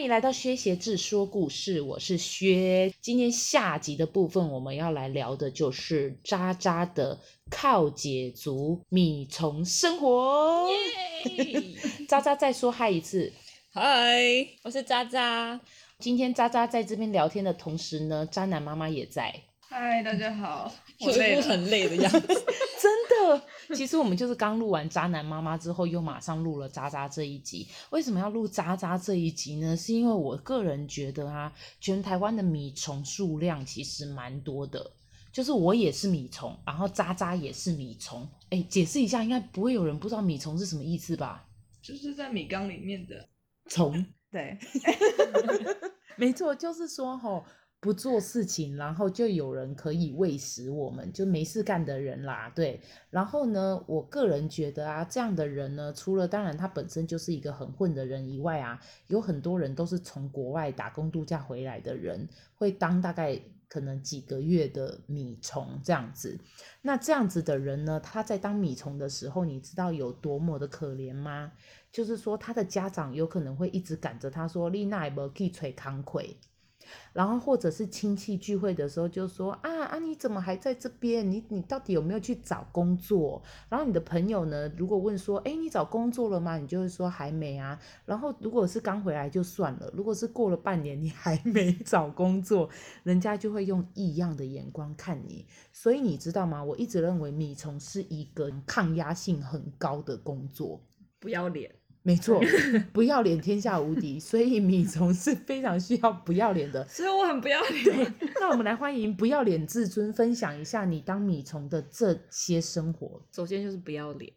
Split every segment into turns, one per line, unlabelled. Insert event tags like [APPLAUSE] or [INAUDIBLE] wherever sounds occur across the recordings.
迎来到薛协志说故事，我是薛。今天下集的部分，我们要来聊的就是渣渣的靠解族米虫生活。渣渣再说嗨一次。
嗨，我是渣渣。
今天渣渣在这边聊天的同时呢，渣男妈妈也在。
嗨，大家好， [LAUGHS]
我一副很累的样 [LAUGHS] 子。
真的，其实我们就是刚录完《渣男妈妈》之后，又马上录了《渣渣》这一集。为什么要录《渣渣》这一集呢？是因为我个人觉得啊，全台湾的米虫数量其实蛮多的。就是我也是米虫，然后渣渣也是米虫。哎，解释一下，应该不会有人不知道米虫是什么意思吧？
就是在米缸里面的，
虫，
对，
没错，就是说吼、不做事情，然后就有人可以喂食我们，就没事干的人啦，对。然后呢，我个人觉得啊，这样的人呢，除了当然他本身就是一个很混的人以外啊，有很多人都是从国外打工度假回来的人，会当大概可能几个月的米虫这样子。那这样子的人呢，他在当米虫的时候，你知道有多么的可怜吗？就是说，他的家长有可能会一直赶着他说：“丽娜也没去吹康葵。”然后或者是亲戚聚会的时候就说啊啊你怎么还在这边？你你到底有没有去找工作？然后你的朋友呢，如果问说，哎你找工作了吗？你就会说还没啊。然后如果是刚回来就算了，如果是过了半年你还没 [LAUGHS] 找工作，人家就会用异样的眼光看你。所以你知道吗？我一直认为米虫是一个抗压性很高的工作。
不要脸，
没错，不要脸天下无敌，所以米虫是非常需要不要脸的。
所以我很不要脸。
那我们来欢迎不要脸至尊分享一下你当米虫的这些生活。
首先就是不要脸。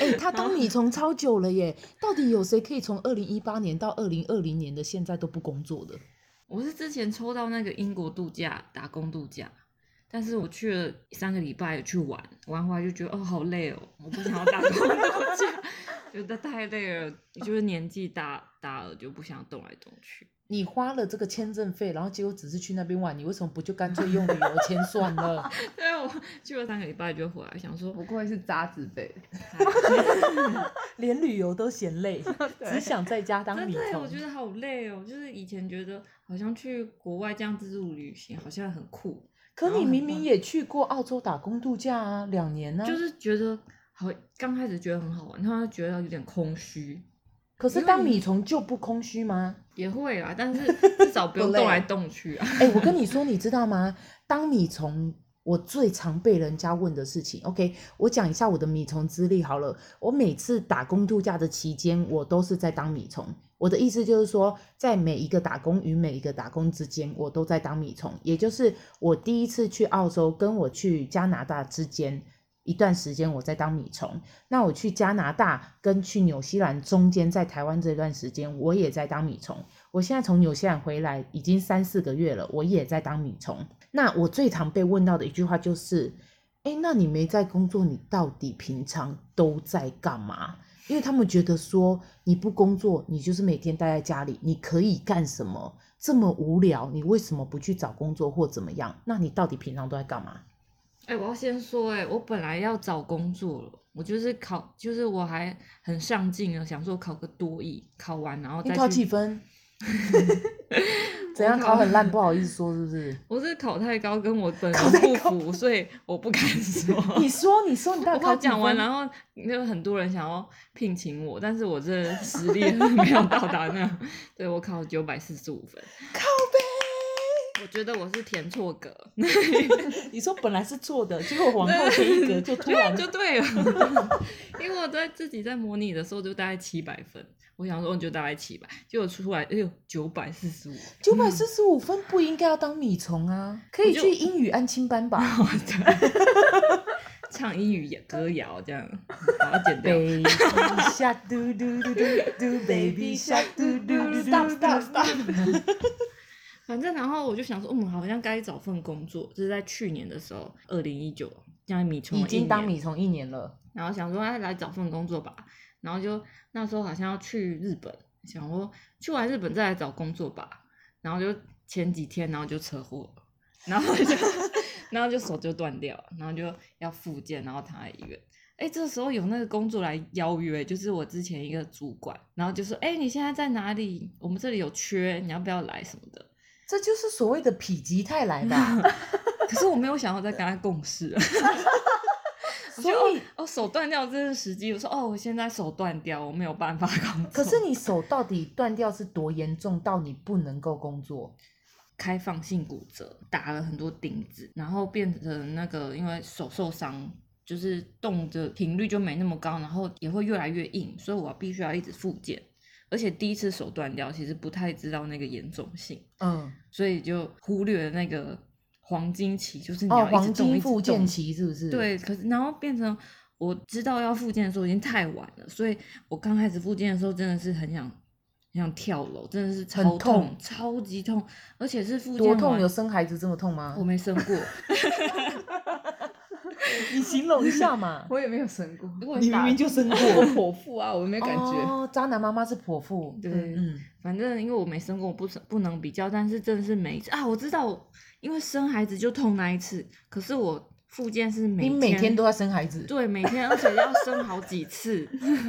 哎、他当米虫超久了耶，到底有谁可以从二零一八年到二零二零年的现在都不工作的？
我是之前抽到那个英国度假打工度假，但是我去了三个礼拜去玩，玩回来就觉得哦好累哦，我不想要打工度 [LAUGHS] 假，觉得太累了，就是年纪大大了就不想动来动去。
你花了这个签证费，然后结果只是去那边玩，你为什么不就干脆用旅游签算了？
所以啊我去了三个礼拜就回来，想 [LAUGHS] 说
不愧是渣子辈，。
连旅游都嫌
[LAUGHS]
累，只想在家当
真
米
的耶，
虫
我。觉得好累哦。就是以前觉得好像去国外这样自助旅行好像很酷，
可你明明
然后很棒
也去过澳洲打工度假啊，两年呢、
就是觉得好，刚开始觉得很好玩，然后觉得有点空虚，
可是
因为
当
你
米虫就不空虚吗？ [LAUGHS]
也会啦，但是至少不用
不累
动来动去啊。
哎、我跟你说，你知道吗？当米虫，我最常被人家问的事情。OK，我讲一下我的米虫资历好了。我每次打工度假的期间，我都是在当米虫。我的意思就是说，在每一个打工与每一个打工之间，我都在当米虫。也就是我第一次去澳洲跟我去加拿大之间。一段时间我在当米虫，那我去加拿大跟去纽西兰中间，在台湾这段时间，我也在当米虫。我现在从纽西兰回来已经三四个月了，我也在当米虫。那我最常被问到的一句话就是：“哎，那你没在工作，你到底平常都在干嘛？”因为他们觉得说你不工作，你就是每天待在家里，你可以干什么？这么无聊，你为什么不去找工作或怎么样？那你到底平常都在干嘛？
哎、我要先说、哎，我本来要找工作了，我就是考，就是我还很上进啊，想说考个多艺，考完然后
你
再
考
去
几 [LAUGHS] 分？怎样
我
考
考
很烂，不好意思说是不是？
我是考太高，跟我本
考
人
太
不
高
符，所以我不敢
[LAUGHS]
说。
[LAUGHS] 你说，你说，你到
我
底考
怕
几
讲完，
分
然后有很多人想要聘请我，但是我这实力没有到达那 [LAUGHS] 样。对我考九百四十五分，
靠背。
我觉得我是填错格，
你说本来是错的，结果往后这一格就突然
就对了。 [LAUGHS] 因为我在自己在模拟的时候就大概七百分，我想说我哦就大概七百，结果出来哎呦九百四十五，
[LAUGHS]
[LAUGHS]
九百四十五分不应该要当米虫啊，可以去英语安亲班吧？
[LAUGHS] 唱英语也歌谣这样，把它剪掉。
Baby shark do do do do do baby shark do do do [LAUGHS] stop stop stop。
反正然后我就想说，嗯，好像该找份工作，就是在去年的时候，二零一九，这样米虫
已
了一
经当
年
米虫一年了，
然后想说哎来找份工作吧，然后就那时候好像要去日本，想说去完日本再来找工作吧，然后就前几天然后就车祸了，然后就 [LAUGHS] 然后就手就断掉，然后就要复健，然后躺在医院。哎，这时候有那个工作来邀约，就是我之前一个主管，然后就说：“哎，你现在在哪里？我们这里有缺，你要不要来什么的？”
这就是所谓的否极泰来 [LAUGHS] 吧。
可是我没有想要再跟他共事。我
所
觉得哦
以，
[LAUGHS] 哦，手断掉这是时机。我说哦，我现在手断掉，我没有办法工作。
可是你手到底断掉是多严重到你不能够工作？
[LAUGHS] 开放性骨折，打了很多钉子，然后变成那个因为手受伤，就是动的频率就没那么高，然后也会越来越硬，所以我必须要一直复健。而且第一次手断掉，其实不太知道那个严重性，
嗯，
所以就忽略了那个黄金期，就是你
哦，
要一直
黄
动，一
金
直动
复健期是不是？，
对，可是然后变成我知道要复健的时候已经太晚了，所以我刚开始复健的时候真的是很想很想跳楼，真的是超
很痛
超级痛，而且是复健
多痛？
完
有生孩子这么痛吗
我？没生过，
你形容一下嘛
我也没有生过，
我
[LAUGHS] 你
打
明明就生过，
我剖腹啊，我没有感觉。
哦，渣男妈妈是剖腹。
对
嗯，
反正因为我没生过，我不是不能比较，但是真的是每一次啊，我知道我，因为生孩子就痛那一次，可是我复健是每
你每天都要生孩子，
对每天，而且要生好几次，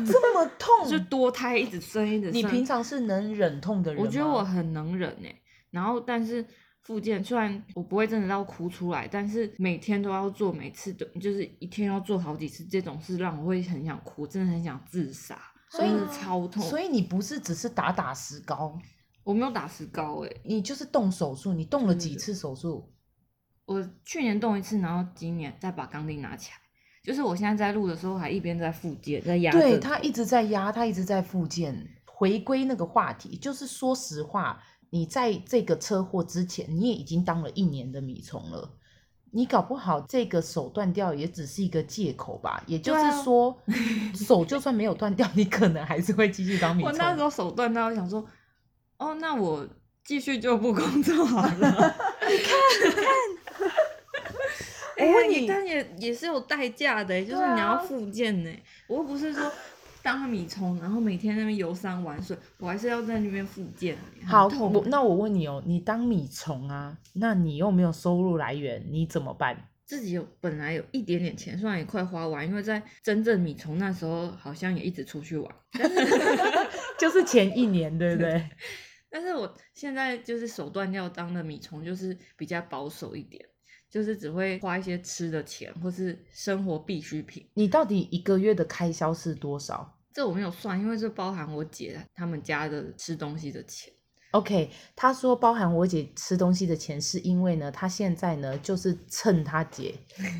这么
就
痛，
多胎一直生一直生。
你平常是能忍痛的人吗
我觉得我很能忍哎、然后但是复健虽然我不会真的到哭出来，但是每天都要做，每次都就是一天要做好几次，这种事让我会很想哭，真的很想自杀，
所以
真的超痛。
啊所
以
以你不是只是打打石膏，
我没有打石膏哎、
你就是动手术，你动了几
对
次手术？
我去年动一次，然后今年再把钢钉拿起来。就是我现在在录的时候，还一边在复健，在压
对
着
他一直在压，他一直在复健。回归那个话题，就是说实话，你在这个车祸之前，你也已经当了一年的米虫了。你搞不好这个手断掉也只是一个借口吧？也就
对
是
啊
说，手就算没有断掉，你可能还是会继续当米
我
虫。
那时候手断到，我想说，哦，那我继续就不工作好了。你看，
[LAUGHS]
你看，
我问
但也
哎你
但也也是有代价的，欸就是
对
你要
啊
复健呢。我又不是说当米虫，然后每天在那边游山玩水，我还是要在那边复健，很
好，
痛
我那我问你哦，你当米虫啊，那你又没有收入来源，你怎么办？
自己有本来有一点点钱，虽然也快花完，因为在真正米虫那时候好像也一直出去玩，
就是前一年，对
[LAUGHS]
不对？
但是我现在就是手段要当的米虫，就是比较保守一点，就是只会花一些吃的钱或是生活必需品。
你到底一个月的开销是多少
这我没有算，因为这包含我姐他们家的吃东西的钱。
？OK，他说包含我姐吃东西的钱，是因为呢，他现在呢就是趁他姐，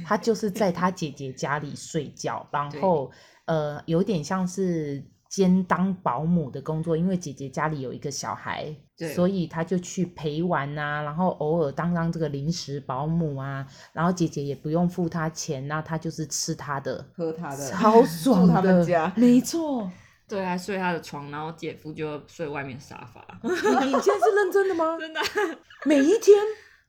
他就是在他姐姐家里睡觉，然
对
后呃有点像是兼当保姆的工作，因为姐姐家里有一个小孩，
对
所以他就去陪玩啊，然后偶尔当当这个临时保姆啊，然后姐姐也不用付他钱那他就是吃他的，
喝他
超爽的，
他们 [LAUGHS] 家
没错。
对啊，睡她的床，然后姐夫就睡外面沙发。 [LAUGHS]
你你现在是认真的吗？
真的啊，
每一天，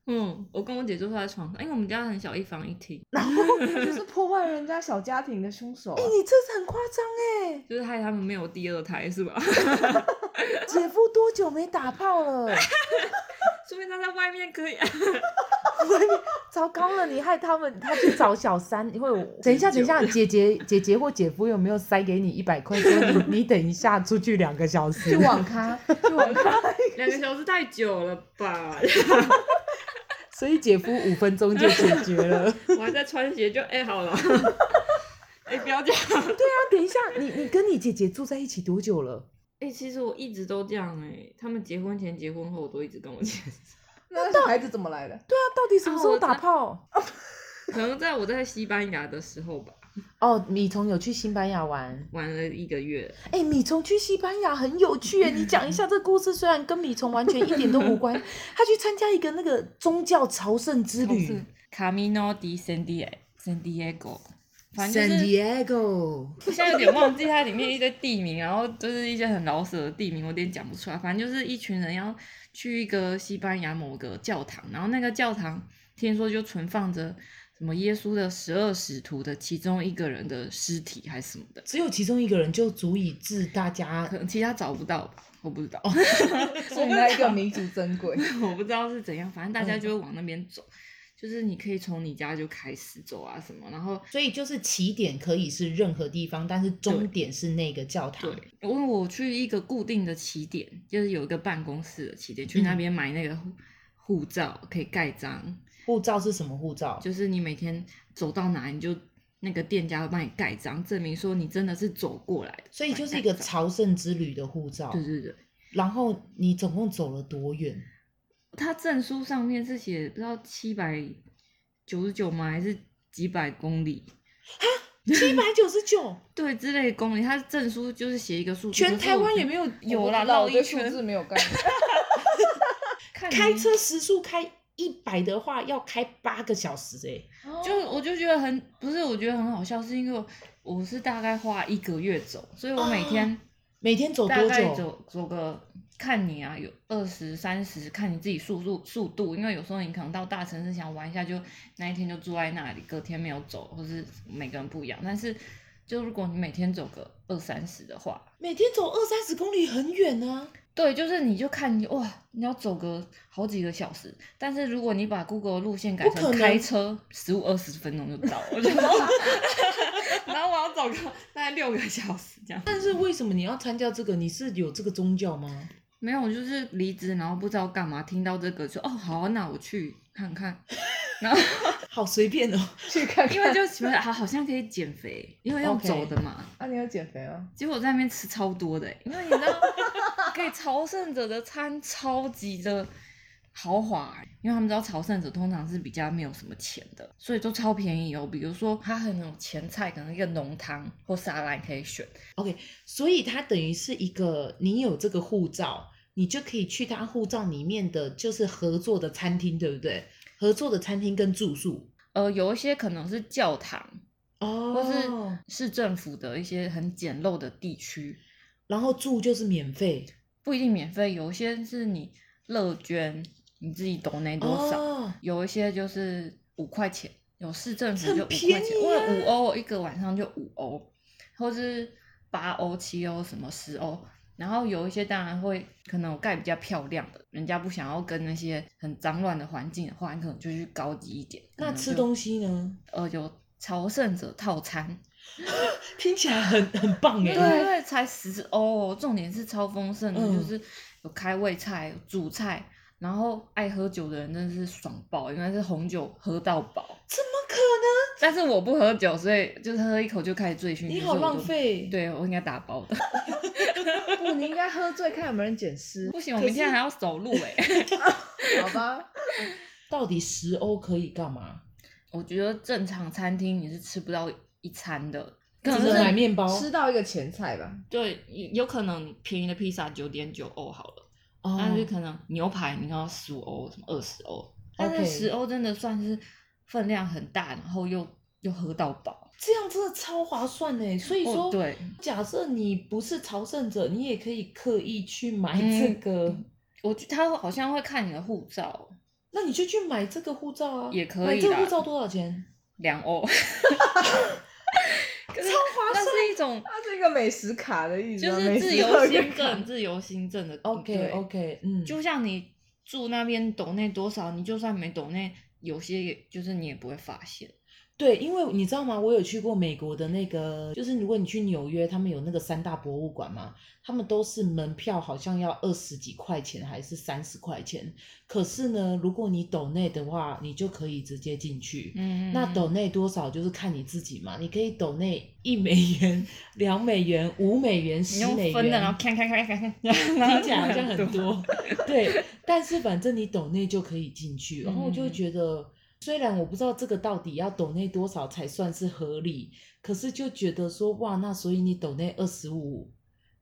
嗯，我跟我姐就睡在床上，因为我们家很小，一房一厅，
然后
就是破坏人家小家庭的凶手啊、
哎、你这是很夸张哎！
就是害他们没有第二胎是吧？ [LAUGHS]
姐夫多久没打炮了？ [LAUGHS]
说明他在外面可以。
糟糕了，你害他们，他去找小三，因为我等一下，等一下， [LAUGHS] 姐姐姐姐或姐夫有没有塞给你一百块，说你你等一下出去两个小时
[LAUGHS] 去？网咖，去网 [LAUGHS] 咖，
两个小时太久了吧？
[LAUGHS]
[LAUGHS]
所以姐夫五分钟就解决 [LAUGHS] 了。
我还在穿鞋就哎、好了， [LAUGHS] 哎、不要这样。
那等一下，你你跟你姐姐住在一起多久了？
哎、其实我一直都这样哎、他们结婚前、结婚后，我都一直跟我姐，
那小孩子怎么来的？
对啊，到底什么时
啊
候
我
打
在
炮？
[LAUGHS] 可能在我在西班牙的时候吧，
哦，米虫有去西班牙玩。
玩了一个月。
哎、米虫去西班牙很有 [LAUGHS] 趣耶！你讲一下这故事，虽然跟米虫完全一点都无关，他去参加一个那个宗教朝圣之旅。
Camino de San Diego。San Diego，反正
San
就是
Diego，
我现在有点忘记它里面一堆地名，然后就是一些很老舍的地名，我有点讲不出来。反正就是一群人要去一个西班牙某个教堂，然后那个教堂听说就存放着什么耶稣的十二使徒的其中一个人的尸体还是什么的，
只有其中一个人就足以致大家
可能其他找不到吧，我不知道。
所以那一个民族珍贵。 [LAUGHS]
[LAUGHS]
嗯
我不知道是怎样，反正大家就会往那边走，就是你可以从你家就开始走啊什么，然后
所以就是起点可以是任何地方，但是终
对
点是那个教堂
对。，因为我去一个固定的起点，就是有一个办公室的起点，去那
嗯
边买那个护护照可以盖章，
护照是什么护照？
就是你每天走到哪你就。那个店家会帮你盖章，证明说你真的是走过来的，
所以
帮你
就是一个
盖章
朝圣之旅的护照。
对对对，
然后你总共走了多 [LAUGHS] 远？
他证书上面是写不知道七百九十九吗，还是几百公里，
七百九十九，
对之类的公里，他证书就是写一个数字，
全
可是
台
我
湾也
觉
没有
有啦，
老
绕一
的数字
圈，
没有概 [LAUGHS] 念。
看
开
你
车时速开一百的话，要开八个小时哎、
就我就觉得很不是，我觉得很好笑，是因为我是大概花一个月走，所以我每天
每天哦走多
大概
久？
走走个看你啊，有二十三十，看你自己速度速度，因为有时候你可能到大城市想玩一下就，那一天就住在那里，隔天没有走，或是每个人不一样。但是就如果你每天走个二三十的话，
每天走二三十公里很远啊。
对，就是你就看你哇，你要走个好几个小时，但是如果你把 Google 的路线改
不可
成
能
开车十五二十分钟就到了，然后 [LAUGHS] 然后我要走个大概六个小时这样。
但是为什么你要参加这个？你是有这个宗教吗？
没有，我就是离职，然后不知道干嘛，听到这个就哦好啊、那我去看看，然后
好随便哦。
去看看，
因为就觉得好好像可以减肥，因为要
OK
走的嘛。
啊，你要减肥啊？
结果我在那边吃超多的欸， [LAUGHS] 因为你知道，给朝圣者的餐超级的豪华欸，因为他们知道朝圣者通常是比较没有什么钱的，所以都超便宜哦。比如说他很有前菜，可能一个浓汤或沙拉你可以选，
所以它等于是一个，你有这个护照，你就可以去它护照里面的就是合作的餐厅，对不对？合作的餐厅跟住宿
呃，有一些可能是教堂
哦
或是市政府的一些很简陋的地区，
然后住就是免费
不一定免费，有一些是你乐捐，你自己懂那多少。
哦
有一些就是五块钱，有市政府
很
就五块
便
钱，
宜
因
啊
为五欧一个晚上就五欧，或是八欧、七欧什么十欧。然后有一些当然会可能有盖比较漂亮的，人家不想要跟那些很脏乱的环境的话，你可能就去高级一点。
那吃
西
东西呢？ [LAUGHS]
呃有朝圣者套餐，
听起来很很棒
对
哎。
对对，才十欧、哦，重点是超丰盛的，
嗯
就是有开胃菜、有主菜，然后爱喝酒的人真的是爽爆，因为是红酒喝到饱。
怎么可能？
但是我不喝酒，所以就是喝一口就开始醉醺。
你好浪！费。，
对我应该打包
[LAUGHS]
的，
不，你应该喝醉，看有没有人捡尸。
不行，我明天还要走路哎、
好吧，
到底十欧可以干嘛？
我觉得正常餐厅你是吃不到一餐的，可
只
能
能买
是
面包
吃到一个前菜吧。
对，有有可能便宜的披萨九点九欧好了，
哦
但是可能牛排你要十五欧，什么二十欧，但
OK
是十欧真的算是分量很大，然后又又喝到饱。
这样真的超划算呢。所以
哦
说，
对，
假设你不是朝圣者，你也可以刻意去买这个，
我觉他好像会看你的护照，
那你就去买这个护照啊。
也可以
买这个
啦嗯
护照多少钱？
两欧，
超划
[LAUGHS] 那是一种
它是一个美食卡的意思
就
啊，
是
美
自
食
由
乐
新
园
政，自由新政的
OK
对
OK，嗯，
就像你住那边抖内多少，你就算没抖内，有些也就是你也不会发现。
对，因为你知道吗？我有去过美国的那个，就是如果你去纽约，他们有那个三大博物馆嘛，他们都是门票好像要二十几块钱还是三十块钱，可是呢，如果你抖内的话，你就可以直接进去。
嗯
那抖内多少就是看你自己嘛，你可以抖内一美元、两美元、五美元、
你
十
用
美
分的，然
元
后，看看看看 [LAUGHS] 看，
听
听
起来好像很。多， [LAUGHS] 对。但是反正你抖内就可以进去，然后我就会
嗯
觉得，虽然我不知道这个到底要抖内多少才算是合理，可是就觉得说哇，那所以你抖内二十五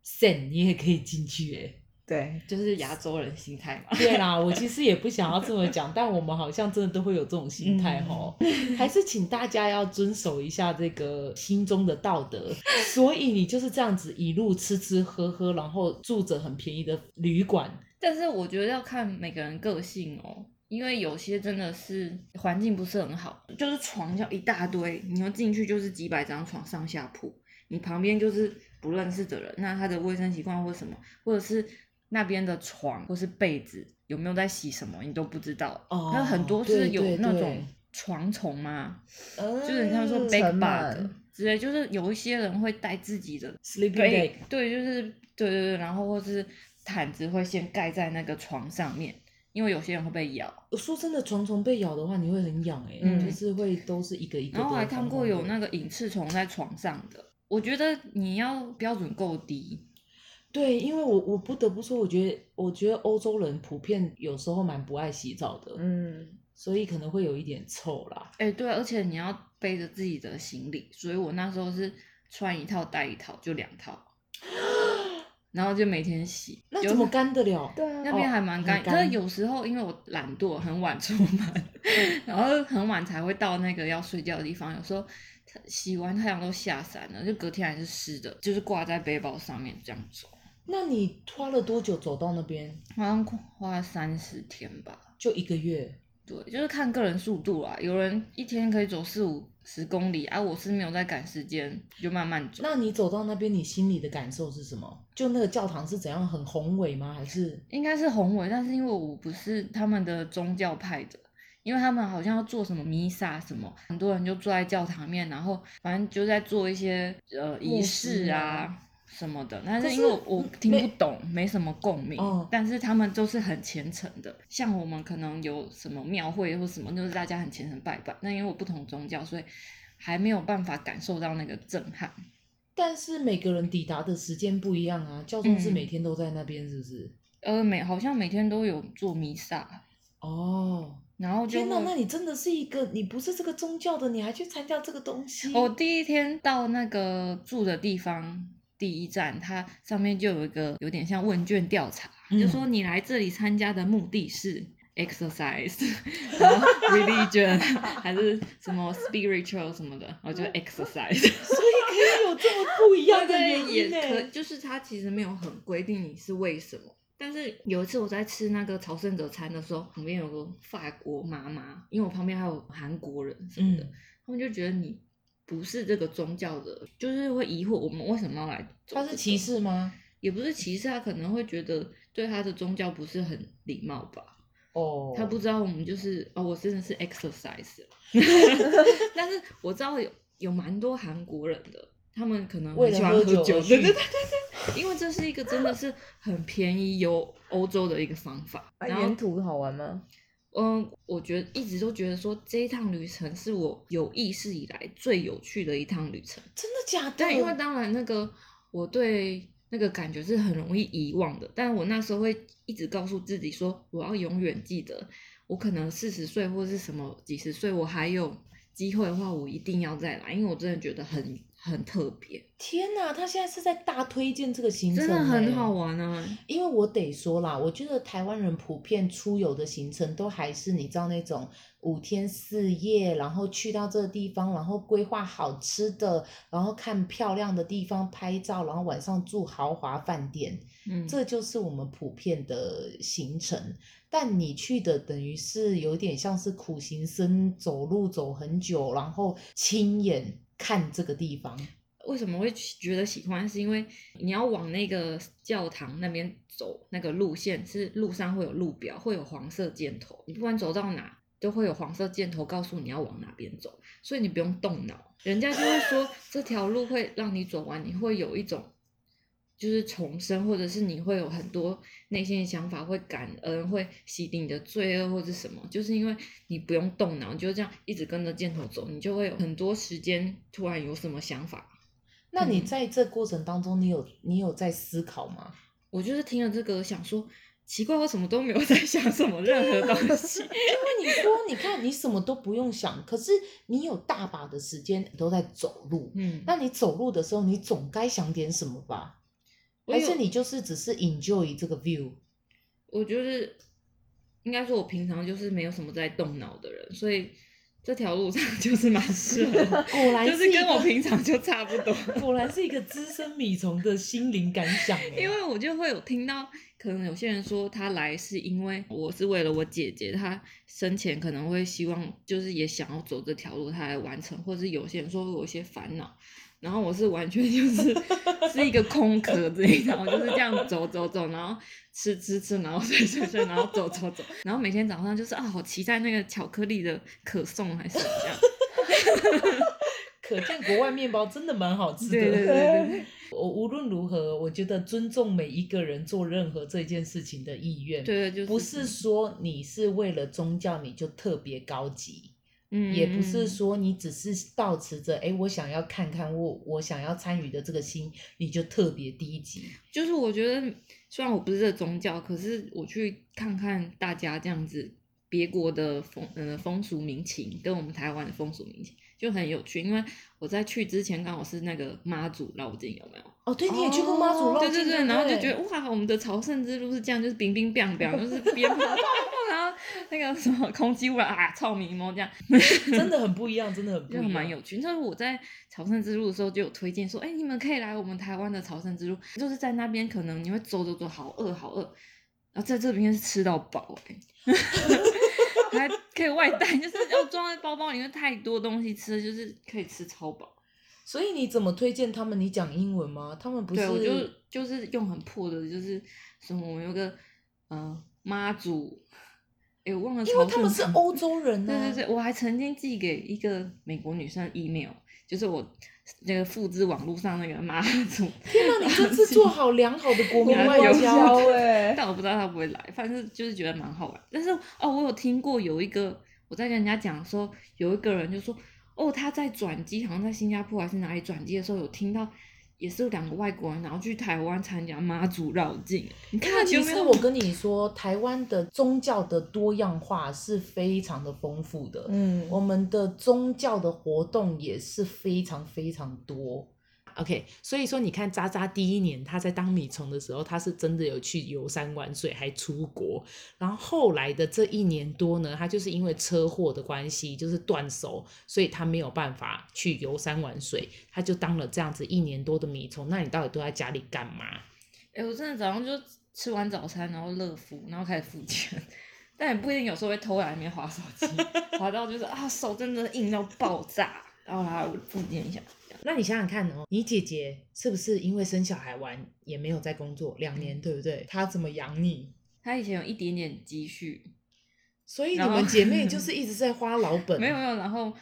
cent 你也可以进去哎、
对，
就是亚洲人心态嘛。
对啦，我其实也不想要这么讲，但我们好像真的都会有这种心态吼，还是请大家要遵守一下这个心中的道德。所以你就是这样子一路吃吃喝喝，然后住着很便宜的旅馆，
但是我觉得要看每个人个性哦，因为有些真的是环境不是很好，就是床要一大堆，你要进去就是几百张床上下铺，你旁边就是不认识的人，那他的卫生习惯或什么，或者是那边的床或是被子有没有在洗什么，你都不知道。
哦
那很多
对
是有
对
那
对
种床虫嘛，
就
就是很像说
嗯
bed
尘螨
bug 之类，就是有一些人会带自己的
sleeping
被
bag，，
对，就是对对对，然后或是毯子会先盖在那个床上面，因为有些人会被咬。
说真的，床虫被咬的话，你会很痒哎、
嗯
就是会都是一个一个。
然后我还看过有那
个，
个隐翅虫在床上的，我觉得你要标准够低，
对，因为我我不得不说，我觉得我觉得欧洲人普遍有时候蛮不爱洗澡的，
嗯，
所以可能会有一点臭啦。
哎，对，而且你要背着自己的行李，所以我那时候是穿一套带一套，就两套，然后就每天洗。
啊那
有
怎么干得
[LAUGHS]
了？
对啊，
那边还蛮
哦
干，
很
但
干
是有时候因为我懒惰，很晚出门，
[LAUGHS]
然后很晚才会到那个要睡觉的地方。有时候太洗完太阳都下山了，就隔天还是湿的，就是挂在背包上面这样走，
那你花了多久走到那边？
好像花了三十天吧。
就一个月。
对，就是看个人速度啦。有人一天可以走四五十公里啊，我是没有在赶时间，就慢慢走。
那你走到那边，你心里的感受是什么？就那个教堂是怎样，很宏伟吗？还是
应该是宏伟，但是因为我不是他们的宗教派的，因为他们好像要做什么弥撒什么，很多人就坐在教堂里面，然后反正就在做一些呃仪
牧师
式
啊
啊什么的。但是
是
因为我我听不懂，没什么共鸣
嗯，
但是他们都是很虔诚的。像我们可能有什么庙会或什么，就是大家很虔诚拜拜。那因为我不同宗教，所以还没有办法感受到那个震撼。
但是每个人抵达的时间不一样啊，教宗是
嗯
每天都在那边，是不是？
呃，每好像每天都有做弥撒，
哦，
然后就
天哪，
会
那你真的是一个，你不是这个宗教的，你还去参加这个东西？
我第一天到那个住的地方，第一站，它上面就有一个有点像问卷调查，
嗯 [LAUGHS]
就说你来这里参加的目的是 exercise，然后 [LAUGHS] religion 还是什么 spiritual 什么的，然后就 exercise。
所以可以有这么不一样的
对
原因
也
呢、
可，就是它其实没有很规定你是为什么。但是有一次我在吃那个朝圣者餐的时候，旁边有个法国妈妈，因为我旁边还有韩国人什么的，
嗯
他们就觉得你不是这个宗教的，就是会疑惑我们为什么要来走这个。
他是歧视吗？
也不是歧视，他可能会觉得对他的宗教不是很礼貌吧。
哦，
他不知道我们就是哦，我真的是 exercise，但
[LAUGHS]
是我知道有有蛮多韩国人的，他们可能
为了
很喜欢
喝
酒，
酒而
对对
去
对对对，因为这是一个真的是很便宜游欧洲的一个方法。
啊
然后
沿途好玩吗？
嗯，我觉得一直都觉得说这一趟旅程是我有意识以来最有趣的一趟旅程。
真的假的？
但因为当然那个我对那个感觉是很容易遗忘的，但我那时候会一直告诉自己说，我要永远记得，我可能四十岁或是什么几十岁，我还有机会的话，我一定要再来，因为我真的觉得很很特别，
天哪，他现在是在大推荐这个行程、
真的很好。玩啊！
因为我得说啦，我觉得台湾人普遍出游的行程都还是你知道那种五天四夜，然后去到这个地方，然后规划好吃的，然后看漂亮的地方拍照，然后晚上住豪华饭店，
嗯，
这就是我们普遍的行程。但你去的等于是有点像是苦行僧，走路走很久，然后亲眼看这个地方。
为什么会觉得喜欢，是因为你要往那个教堂那边走，那个路线是路上会有路标，会有黄色箭头，你不管走到哪。都会有黄色箭头告诉你要往哪边走，所以你不用动脑，人家就会说这条路会让你走完，你会有一种就是重生，或者是你会有很多内心的想法，会感恩，会洗涤你的罪恶或者什么，就是因为你不用动脑，你就这样一直跟着箭头走，你就会有很多时间突然有什么想法，
那你
嗯
在这过程当中，你有你有在思考吗？
我就是听了这个想说，奇怪，我什么都没有 [LAUGHS] 在想什么任何东西。
因为你说，你看你什么都不用想，可是你有大把的时间你都在走路。
嗯，
那你走路的时候，你总该想点什么吧？
我
还
有
是你就是只是 enjoy 这个 view？
我就是应该说，我平常就是没有什么在动脑的人，所以这条路上 [LAUGHS] 就是蛮适合我，
[LAUGHS] 果然
就是
一
跟我
个
平常就差不多。
果然是一个资深米虫的心灵感想
[LAUGHS]
欸。
因为我就会有听到，可能有些人说他来是因为我是为了我姐姐，她生前可能会希望就是也想要走这条路，她来完成，或者是有些人说我有一些烦恼，然后我是完全就是 [LAUGHS] 是一个空壳子，你知道吗？就是这样走走走，然后吃吃吃，然后睡睡睡，然后走走走，然后每天早上就是啊，好期待那个巧克力的可颂还是怎么样？
[LAUGHS] 可见国外面包真的蛮好吃的。
对对对对对
我无论如何，我觉得尊重每一个人做任何这件事情的意愿，
对，就是
不是说你是为了宗教你就特别高级，
嗯，
也不是说你只是保持着哎我想要看看我我想要参与的这个心，你就特别低级。
就是我觉得，虽然我不是这宗教，可是我去看看大家这样子别国的风呃风俗民情，跟我们台湾的风俗民情就很有趣。因为我在去之前刚好是那个妈祖绕境，有没有？
哦，对，你也
哦
去过妈祖绕
对
境，
对对，
不
然后就觉得哇，我们的朝圣之路是这样，就是冰冰冰冰，就是鞭炮， [LAUGHS] 然后那个什么空气污染啊，臭迷蒙这样，
真的很不一样，真的
[LAUGHS]
很不
就
一
蛮
样。
有趣。就是我在朝圣之路的时候就有推荐说，哎、你们可以来我们台湾的朝圣之路，就是在那边可能你会走走走，好饿好饿，然后在这边是吃到饱、欸， [LAUGHS] 还可以外带，就是要装在包包里面太多东西吃，就是可以吃超饱。
所以你怎么推荐他们？你讲英文吗？他们不是
对，我就就是用很破的，就是什么我们有个呃妈祖，哎、我忘了朝圣之
因
路，
为他们是欧洲人呢、
对对对，我还曾经寄给一个美国女生 email，就是我那个复制网络上那个妈祖，
天哪，你这次做好良好的国
[LAUGHS]
民
原来
外
有
交。啊
哎，
但我不知道她会不会来，反正就是觉得蛮好玩。但是哦，我有听过有一个我在跟人家讲说，有一个人就说，哦，他在转机，好像在新加坡还是哪里转机的时候，有听到也是两个外国人，然后去台湾参加妈祖绕境。你
那
看，
其
有没
实
有
我跟你说，台湾的宗教的多样化是非常的丰富的，
[LAUGHS]
嗯，
我们的宗教的活动也是非常非常多。OK，所以说你看渣渣第一年他在当米虫的时候，他是真的有去游山玩水，还出国。然后后来的这一年多呢，他就是因为车祸的关系，就是断手，所以他没有办法去游山玩水，他就当了这样子一年多的米虫。那你到底都在家里干嘛？
哎、我真的早上就吃完早餐，然后热敷，然后开始付钱， [LAUGHS] 但也不一定，有时候会偷懒，里面划手机，划到就是啊，手真的硬到爆炸，然后来复健一下。
那你想想看哦，你姐姐是不是因为生小孩完也没有在工作两年，对不对？她怎么养你？
他以前有一点点积蓄，
所以你
然后
们姐妹就是一直在花
[LAUGHS]
老本，
没有没有，然后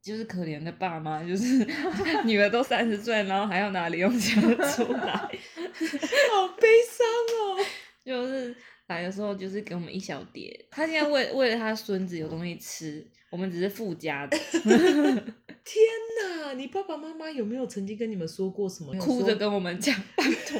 就是可怜的爸妈，就是 [LAUGHS] 女儿都三十岁，然后还要拿零用钱出来， [LAUGHS]
好悲伤哦。
就是来的时候就是给我们一小碟。他现在为为了他孙子有东西吃，我们只是附加的，
天哪，你爸爸妈妈有没有曾经跟你们说过什么？
哭着跟我们讲，拜托。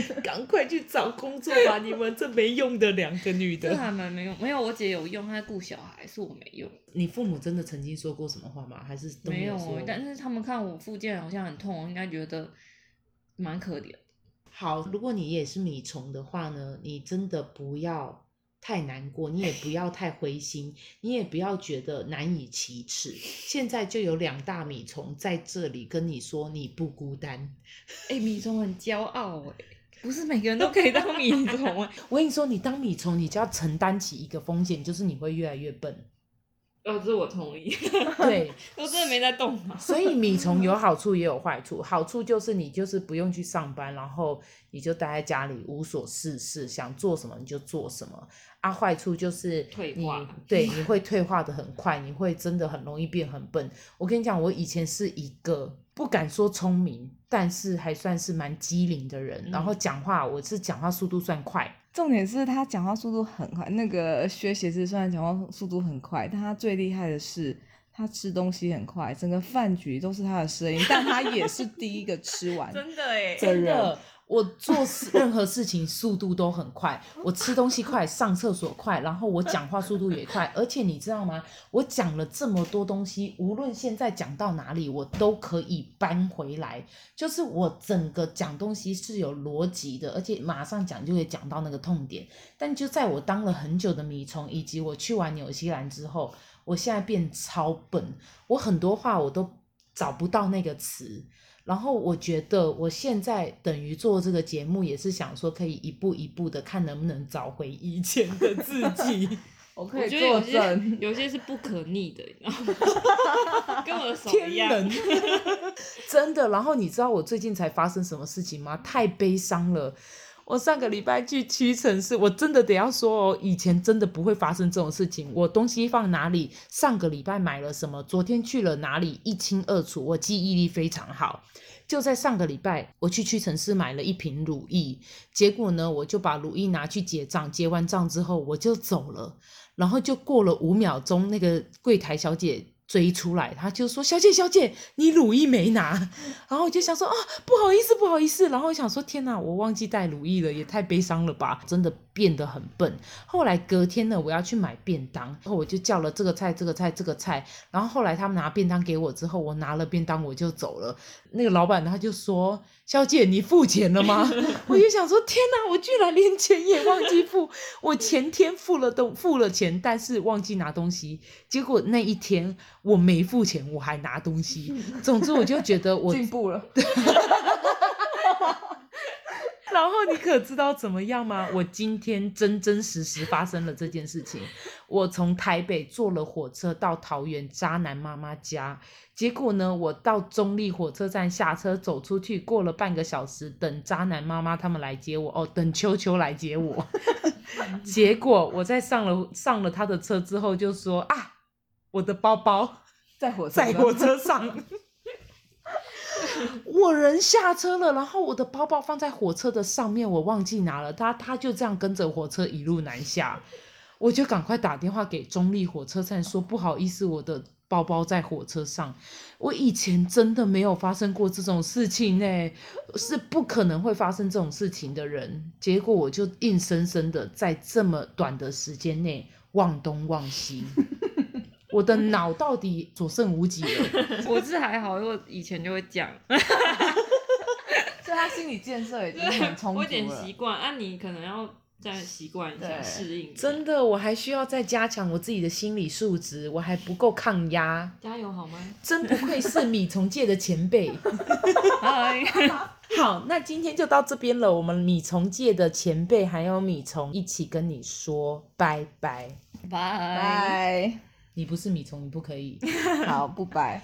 说 [LAUGHS] 赶快去找工作吧，你们这没用的两个女
这
的。
还啊蛮没用，没有我姐有用，她在顾小孩，是我没 [LAUGHS] 用，
你父母真的曾经说过什么话吗？还是都
没
有
有
说
哦。？但是他们看我附件好像很痛，应该觉得蛮可怜。
好，如果你也是米虫的话呢，你真的不要太难过，你也不要太灰心，你也不要觉得难以启齿。现在就有两大米虫在这里跟你说，你不孤单。
哎、米虫很骄傲哎，不是每个人都可以当米虫哎。
[LAUGHS] 我跟你说，你当米虫，你就要承担起一个风险，就是你会越来越
[LAUGHS]
笨。
[LAUGHS] 哦，这我同意，
对，
[LAUGHS] 我真的没在动脑。
所以米虫有好处也有坏处，好处就是你就是不用去上班，然后你就待在家里无所事事，想做什么你就做什么。啊，坏处就是
退
你
化
对，你会退化的很快，你会真的很容易变很笨。我跟你讲，我以前是一个不敢说聪明，但是还算是蛮机灵的
嗯
人，然后讲话我是讲话速度算快，
重点是他讲话速度很快。那个薛鞋子虽然讲话速度很快，但他最厉害的是他吃东西很快，整个饭局都是他的声音，但他也是第一个
[LAUGHS]
吃完。
真的哎，
真
真
人
的，我做事任何事情速度都很快，我吃东西快，上厕所快，然后我讲话速度也快。而且你知道吗？我讲了这么多东西，无论现在讲到哪里，我都可以搬回来。就是我整个讲东西是有逻辑的，而且马上讲就会讲到那个痛点。但就在我当了很久的米虫，以及我去完纽西兰之后，我现在变超笨，我很多话我都找不到那个词。然后我觉得我现在等于做这个节目，也是想说可以一步一步的看能不能找回以前的自己。
我可
我
以
觉得有
作
些
证。
有些是不可逆的，你知道 [LAUGHS] 吗？跟我的手一
天
样。
冷，
[LAUGHS]
真的。然后你知道我最近才发生什么事情吗？太悲伤了。我上个礼拜去屈臣氏，我真的得要说哦，以前真的不会发生这种事情。我东西放哪里，上个礼拜买了什么，昨天去了哪里，一清二楚。我记忆力非常好。就在上个礼拜，我去屈臣氏买了一瓶乳液，结果呢，我就把乳液拿去结账，结完账之后我就走了。然后就过了五秒钟，那个柜台小姐追出来，她就说：“小姐，小姐，你乳液没拿。”然后我就想说：“啊，不好意思，不好意思。”然后我想说：“天哪，我忘记带乳液了，也太悲伤了吧！”真的变得很笨。后来隔天呢，我要去买便当，然后我就叫了这个菜、这个菜、这个菜。然后后来他们拿便当给我之后，我拿了便当我就走了。那个老板他就说：“小姐，你付钱了吗？” [LAUGHS] 我就想说：“天哪，我居然连钱也忘记付！我前天付了东付了钱，但是忘记拿东西。结果那一天我没付钱，我还拿东西。总之，我就觉得我
进步了，
[LAUGHS] 然后你可知道怎么样吗？我今天真真实实发生了这件事情。我从台北坐了火车到桃园渣男妈妈家，结果呢，我到中立火车站下车走出去，过了半个小时，等渣男妈妈他们来接我，哦，等秋秋来接我。结果我在上了上了他的车之后，就说啊，我的包包。
在火车
在
上
火车上。我人下车了，然后我的包包放在火车的上面，我忘记拿了，他他就这样跟着火车一路南下，我就赶快打电话给中立火车站说不好意思，我的包包在火车上。我以前真的没有发生过这种事情呢、是不可能会发生这种事情的人。结果我就硬生生的在这么短的时间内忘东忘西。我的脑到底所剩无几了。
我是还好，因为我以前就会讲， [LAUGHS]
所以他心理建设已经很充足
我有点
了
习。惯。啊，你可能要再习惯一下，
对
适应。
真的，我还需要再加强我自己的心理素质，我还不够抗压。
加油好吗？
真不愧是米虫界的前辈。
[LAUGHS]
[LAUGHS]
嗨，
好，那今天就到这边了。我们米虫界的前辈还有米虫一起跟你说拜拜。
拜。
拜，
你不是米虫，你不可以。
好不拜。